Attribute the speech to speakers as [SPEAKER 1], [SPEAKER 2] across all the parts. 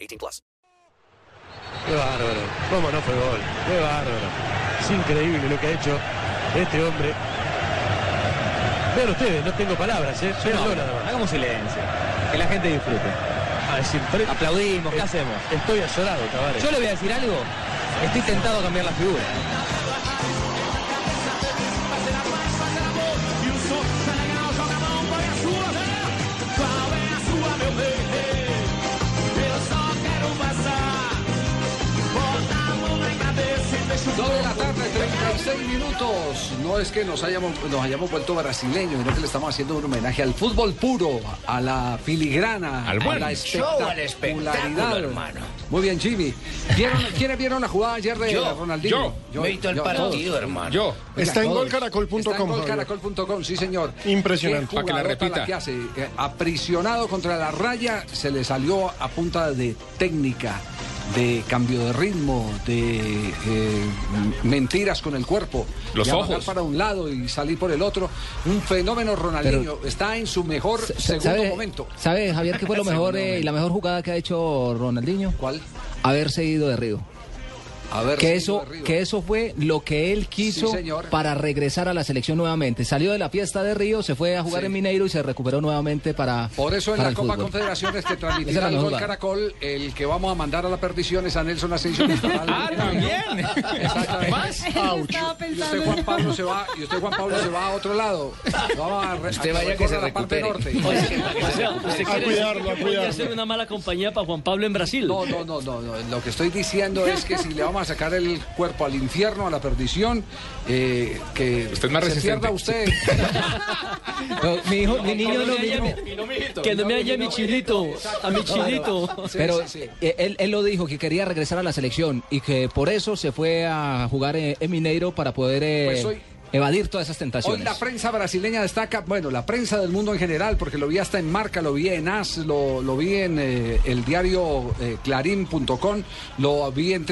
[SPEAKER 1] 18 plus.
[SPEAKER 2] Qué bárbaro. ¿Cómo no fue gol? Qué bárbaro. Es increíble lo que ha hecho este hombre. Vean ustedes, no tengo palabras, ¿eh? Soy yo nada más.
[SPEAKER 3] Hagamos silencio. Que la gente disfrute.
[SPEAKER 2] Ah, es impre-
[SPEAKER 3] Aplaudimos, ¿qué
[SPEAKER 2] Eh,
[SPEAKER 3] hacemos?
[SPEAKER 2] Estoy azorado, Tavares.
[SPEAKER 3] Yo le voy a decir algo. Estoy tentado a cambiar la figura.
[SPEAKER 4] Dos de la tarde, 36 minutos. No es que nos hayamos, nos hayamos vuelto brasileños, sino que le estamos haciendo un homenaje al fútbol puro, a la filigrana,
[SPEAKER 5] Al
[SPEAKER 4] a
[SPEAKER 5] buen
[SPEAKER 4] la
[SPEAKER 5] show,
[SPEAKER 4] espectacularidad. hermano. Muy bien, Jimmy. ¿Vieron, ¿Quiénes vieron la jugada ayer de Ronaldinho?
[SPEAKER 5] yo,
[SPEAKER 4] he visto el partido, hermano.
[SPEAKER 5] Yo.
[SPEAKER 6] Está en golcaracol.com,
[SPEAKER 4] Está en
[SPEAKER 6] Javier.
[SPEAKER 4] golcaracol.com, sí, señor.
[SPEAKER 6] Impresionante.
[SPEAKER 4] Qué
[SPEAKER 5] Para que la
[SPEAKER 4] jugadota
[SPEAKER 5] repita.
[SPEAKER 4] que hace. Eh, Aprisionado contra la raya, se le salió a punta de técnica, de cambio de ritmo, de eh, m- mentiras con el cuerpo.
[SPEAKER 5] Los
[SPEAKER 4] Y amagar
[SPEAKER 5] ojos.
[SPEAKER 4] para un lado y salir por el otro. Un fenómeno Ronaldinho. Está en su mejor segundo
[SPEAKER 7] ¿Sabe,
[SPEAKER 4] momento.
[SPEAKER 7] sabe, Javier, qué fue lo mejor eh, y la mejor jugada que ha hecho Ronaldinho?
[SPEAKER 4] ¿Cuál?
[SPEAKER 7] Haberse ido de Río.
[SPEAKER 4] A ver.
[SPEAKER 7] Que
[SPEAKER 4] seguido
[SPEAKER 7] eso,
[SPEAKER 4] de Río.
[SPEAKER 7] que eso fue lo que él quiso
[SPEAKER 4] Sí, señor.
[SPEAKER 7] para regresar a la selección nuevamente. Salió de la fiesta de Río, se fue a jugar
[SPEAKER 4] Sí.
[SPEAKER 7] en Mineiro y se recuperó nuevamente para.
[SPEAKER 4] Por eso en
[SPEAKER 7] para
[SPEAKER 4] la
[SPEAKER 7] el
[SPEAKER 4] Copa este
[SPEAKER 7] fútbol.
[SPEAKER 4] Confederaciones que
[SPEAKER 7] Esa
[SPEAKER 4] transmitirá
[SPEAKER 7] era
[SPEAKER 4] el
[SPEAKER 7] la
[SPEAKER 4] gol
[SPEAKER 7] jugada.
[SPEAKER 4] Caracol, el que vamos a mandar a la perdición es a Nelson Asensio.
[SPEAKER 5] Ah, también.
[SPEAKER 4] Exactamente.
[SPEAKER 5] Más.
[SPEAKER 8] Estaba
[SPEAKER 4] Y usted
[SPEAKER 8] pensando
[SPEAKER 4] Juan Pablo se va, y usted Juan Pablo se va a otro lado. Vamos a re- a
[SPEAKER 3] vaya que
[SPEAKER 4] recorra
[SPEAKER 3] se
[SPEAKER 4] la parte norte.
[SPEAKER 3] recupere.
[SPEAKER 6] A cuidarlo, a cuidarlo.
[SPEAKER 9] una mala compañía para Juan Pablo en Brasil.
[SPEAKER 4] No, no, no, no, no. Lo que estoy diciendo es que si le vamos a sacar el cuerpo al infierno, a la perdición, eh, que
[SPEAKER 5] Usted es más
[SPEAKER 4] se pierda usted.
[SPEAKER 7] No, mi hijo, mi niño no, mi niño-
[SPEAKER 9] que no me haya mi chilito, a mi chilito.
[SPEAKER 4] Sí,
[SPEAKER 7] Pero
[SPEAKER 4] sí, sí.
[SPEAKER 7] eh, Él, él lo dijo, que quería regresar a la selección y que por eso se fue a jugar eh, en Mineiro para poder eh,
[SPEAKER 4] Pues hoy-
[SPEAKER 7] evadir todas esas
[SPEAKER 4] Hoy
[SPEAKER 7] tentaciones.
[SPEAKER 4] la prensa brasileña destaca, bueno, la prensa del mundo en general, porque lo vi hasta en Marca, lo vi en AS, lo, lo vi en eh, el diario eh, clarín.com, lo vi en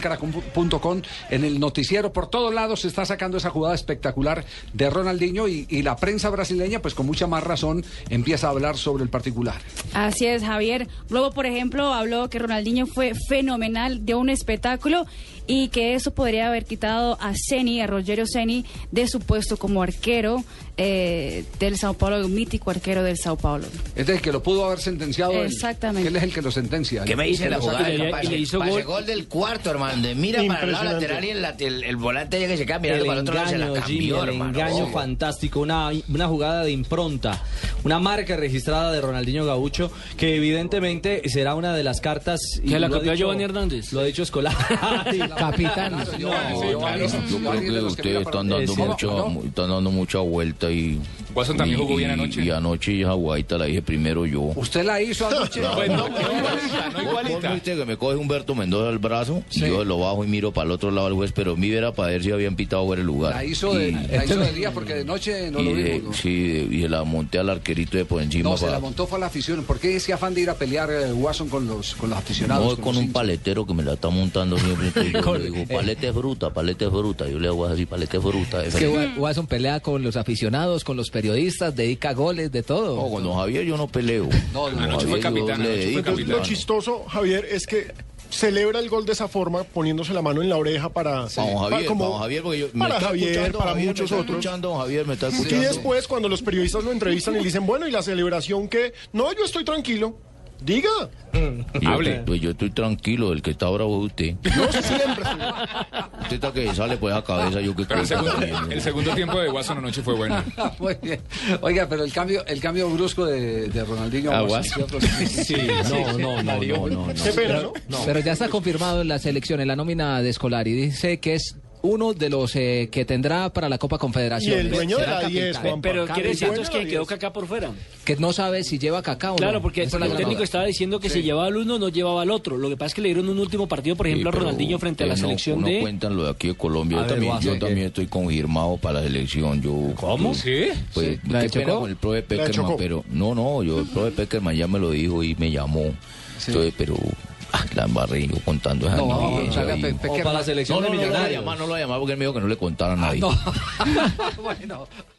[SPEAKER 4] www.golcaracol.com, en el noticiero, por todos lados se está sacando esa jugada espectacular de Ronaldinho y, y la prensa brasileña, pues con mucha más razón, empieza a hablar sobre el particular.
[SPEAKER 8] Así es, Javier. Globo, por ejemplo, habló que Ronaldinho fue fenomenal, dio un espectáculo y que eso podría haber quitado a Ceni, a Rogerio Ceni, de su puesto como arquero eh, del Sao Paulo, el mítico arquero del Sao Paulo.
[SPEAKER 4] Es el que lo pudo haber sentenciado. él.
[SPEAKER 8] Exactamente.
[SPEAKER 4] Él es el que lo sentencia.
[SPEAKER 3] ¿Qué me dice la jugada?
[SPEAKER 9] Y le- y le hizo
[SPEAKER 3] Pase
[SPEAKER 9] gol.
[SPEAKER 3] del cuarto, hermano. De Mira para el lado
[SPEAKER 6] Impresionante.
[SPEAKER 3] lateral y el, late- el, el volante ya que se queda mirando
[SPEAKER 9] El
[SPEAKER 3] para el otro lado se la
[SPEAKER 9] engaño,
[SPEAKER 3] cambió,
[SPEAKER 9] Jimmy, el
[SPEAKER 3] hermano.
[SPEAKER 9] engaño fantástico, una, una jugada de impronta, una marca registrada de Ronaldinho Gaucho, que evidentemente será una de las cartas...
[SPEAKER 3] Que la
[SPEAKER 9] lo ha
[SPEAKER 3] copió
[SPEAKER 9] dicho-
[SPEAKER 3] Giovanni Hernández.
[SPEAKER 9] Lo ha dicho Escolar.
[SPEAKER 7] Capitán.
[SPEAKER 4] Yo,
[SPEAKER 5] Yo
[SPEAKER 4] creo que ustedes están
[SPEAKER 9] dando
[SPEAKER 4] mucho.
[SPEAKER 10] Están dando mucha vuelta y.
[SPEAKER 5] Watson también
[SPEAKER 10] y-
[SPEAKER 5] jugó bien
[SPEAKER 10] y-
[SPEAKER 5] anoche.
[SPEAKER 10] Y anoche esa guaita la dije primero yo.
[SPEAKER 4] Usted la hizo anoche.
[SPEAKER 5] Pues no, no igualita, no
[SPEAKER 10] Vos
[SPEAKER 5] igualita.
[SPEAKER 10] viste que me coge Humberto Mendoza al brazo, y yo lo bajo y miro para el otro lado al juez, pero mi era para ver si habían pitado fuera el lugar.
[SPEAKER 4] La hizo, de,
[SPEAKER 10] y,
[SPEAKER 4] la hizo de día porque de noche no
[SPEAKER 10] y
[SPEAKER 4] lo
[SPEAKER 10] de-
[SPEAKER 4] vimos. ¿no?
[SPEAKER 10] sí, de- y se la monté al arquerito de por encima.
[SPEAKER 4] No, se la
[SPEAKER 10] para-
[SPEAKER 4] montó fue a la afición. ¿Por qué ese afán de ir a pelear eh, Watson con los, con los aficionados?
[SPEAKER 10] No, es con
[SPEAKER 4] los
[SPEAKER 10] un
[SPEAKER 4] hinchas?
[SPEAKER 10] paletero que me la está montando siempre. entonces yo
[SPEAKER 7] Con-
[SPEAKER 10] le digo,
[SPEAKER 7] eh.
[SPEAKER 10] palete es bruta, palete es bruta. Yo le hago así, palete es bruta.
[SPEAKER 7] Es que Wa- Watson pelea con los aficionados, con los periodistas, dedica goles, de todo.
[SPEAKER 10] No, con don Javier yo no peleo.
[SPEAKER 4] No, no,
[SPEAKER 10] Con
[SPEAKER 4] anoche
[SPEAKER 5] fue
[SPEAKER 10] Javier yo
[SPEAKER 5] capitán,
[SPEAKER 10] le
[SPEAKER 5] anoche fue
[SPEAKER 10] dedico
[SPEAKER 5] capitán.
[SPEAKER 10] mi
[SPEAKER 5] Capitano.
[SPEAKER 6] Lo chistoso, Javier, es que celebra el gol de esa forma, poniéndose la mano en la oreja para...
[SPEAKER 10] Vamos
[SPEAKER 6] para
[SPEAKER 10] Javier,
[SPEAKER 6] como-
[SPEAKER 10] vamos Javier, porque yo, me
[SPEAKER 6] para
[SPEAKER 10] está
[SPEAKER 6] Javier,
[SPEAKER 10] escuchando,
[SPEAKER 6] para
[SPEAKER 10] Javier,
[SPEAKER 6] muchos
[SPEAKER 10] me está
[SPEAKER 6] otros.
[SPEAKER 10] escuchando, don Javier, me
[SPEAKER 7] Pues
[SPEAKER 10] está
[SPEAKER 6] Y
[SPEAKER 10] escuchando.
[SPEAKER 6] después, cuando los periodistas lo entrevistan y le dicen, bueno, ¿y la celebración qué? No, yo estoy tranquilo. Diga.
[SPEAKER 10] Y yo,
[SPEAKER 5] Hable.
[SPEAKER 10] pues yo estoy tranquilo, el que está bravo es usted.
[SPEAKER 6] Yo siempre.
[SPEAKER 10] Usted está que sale por esa cabeza, yo que
[SPEAKER 5] Pero el
[SPEAKER 10] cuento
[SPEAKER 5] segundo,
[SPEAKER 10] también,
[SPEAKER 5] el segundo tiempo de Watson anoche fue bueno.
[SPEAKER 4] Muy bien. Oiga, pero el cambio, el cambio brusco de, de Ronaldinho a
[SPEAKER 5] Ah,
[SPEAKER 4] Watson, ¿cierto?
[SPEAKER 5] Sí,
[SPEAKER 9] No, no, no, no, no, no.
[SPEAKER 6] Qué pena, ¿no?
[SPEAKER 7] Pero ya está confirmado en la selección, en la nómina de Escolar, y dice que es uno de los eh, que tendrá para la Copa Confederación. Será capitán.
[SPEAKER 11] Pero quiere decir entonces que
[SPEAKER 7] Capitán.
[SPEAKER 11] quedó Kaká por fuera.
[SPEAKER 7] que no sabe si lleva Kaká o no.
[SPEAKER 11] Claro, porque el
[SPEAKER 7] Esa es la gran
[SPEAKER 11] técnico
[SPEAKER 7] duda.
[SPEAKER 11] estaba diciendo que si llevaba al uno, no llevaba al otro. Lo que pasa es que le dieron un último partido, por ejemplo, a Ronaldinho frente a la
[SPEAKER 10] Ustedes no-
[SPEAKER 11] selección
[SPEAKER 10] no,
[SPEAKER 11] de.
[SPEAKER 10] cuentan lo de aquí de Colombia.
[SPEAKER 11] A
[SPEAKER 10] Yo,
[SPEAKER 11] ver,
[SPEAKER 10] también,
[SPEAKER 11] Guaso,
[SPEAKER 10] yo
[SPEAKER 11] ¿qué?
[SPEAKER 10] también estoy confirmado para la selección. Yo, ¿Cómo?
[SPEAKER 5] ¿Sí?
[SPEAKER 10] Pues,
[SPEAKER 7] ¿La
[SPEAKER 10] qué pena
[SPEAKER 7] chocó?
[SPEAKER 10] con el profe
[SPEAKER 7] ¿La
[SPEAKER 10] Peckerman,
[SPEAKER 7] chocó?
[SPEAKER 10] pero... No, no, yo el profe Peckerman ya me lo dijo y me llamó. Entonces, pero... ah, la embarré yo contando esa
[SPEAKER 7] No,
[SPEAKER 10] noticia
[SPEAKER 7] vamos a echarle a
[SPEAKER 10] ahí.
[SPEAKER 7] Pe- Peckerman. O para la selección
[SPEAKER 10] No,
[SPEAKER 7] de
[SPEAKER 10] no, no, no lo voy a
[SPEAKER 7] Millonarios.
[SPEAKER 10] llamar, no lo voy a llamar porque él me dijo que no le contara a nadie.
[SPEAKER 7] bueno,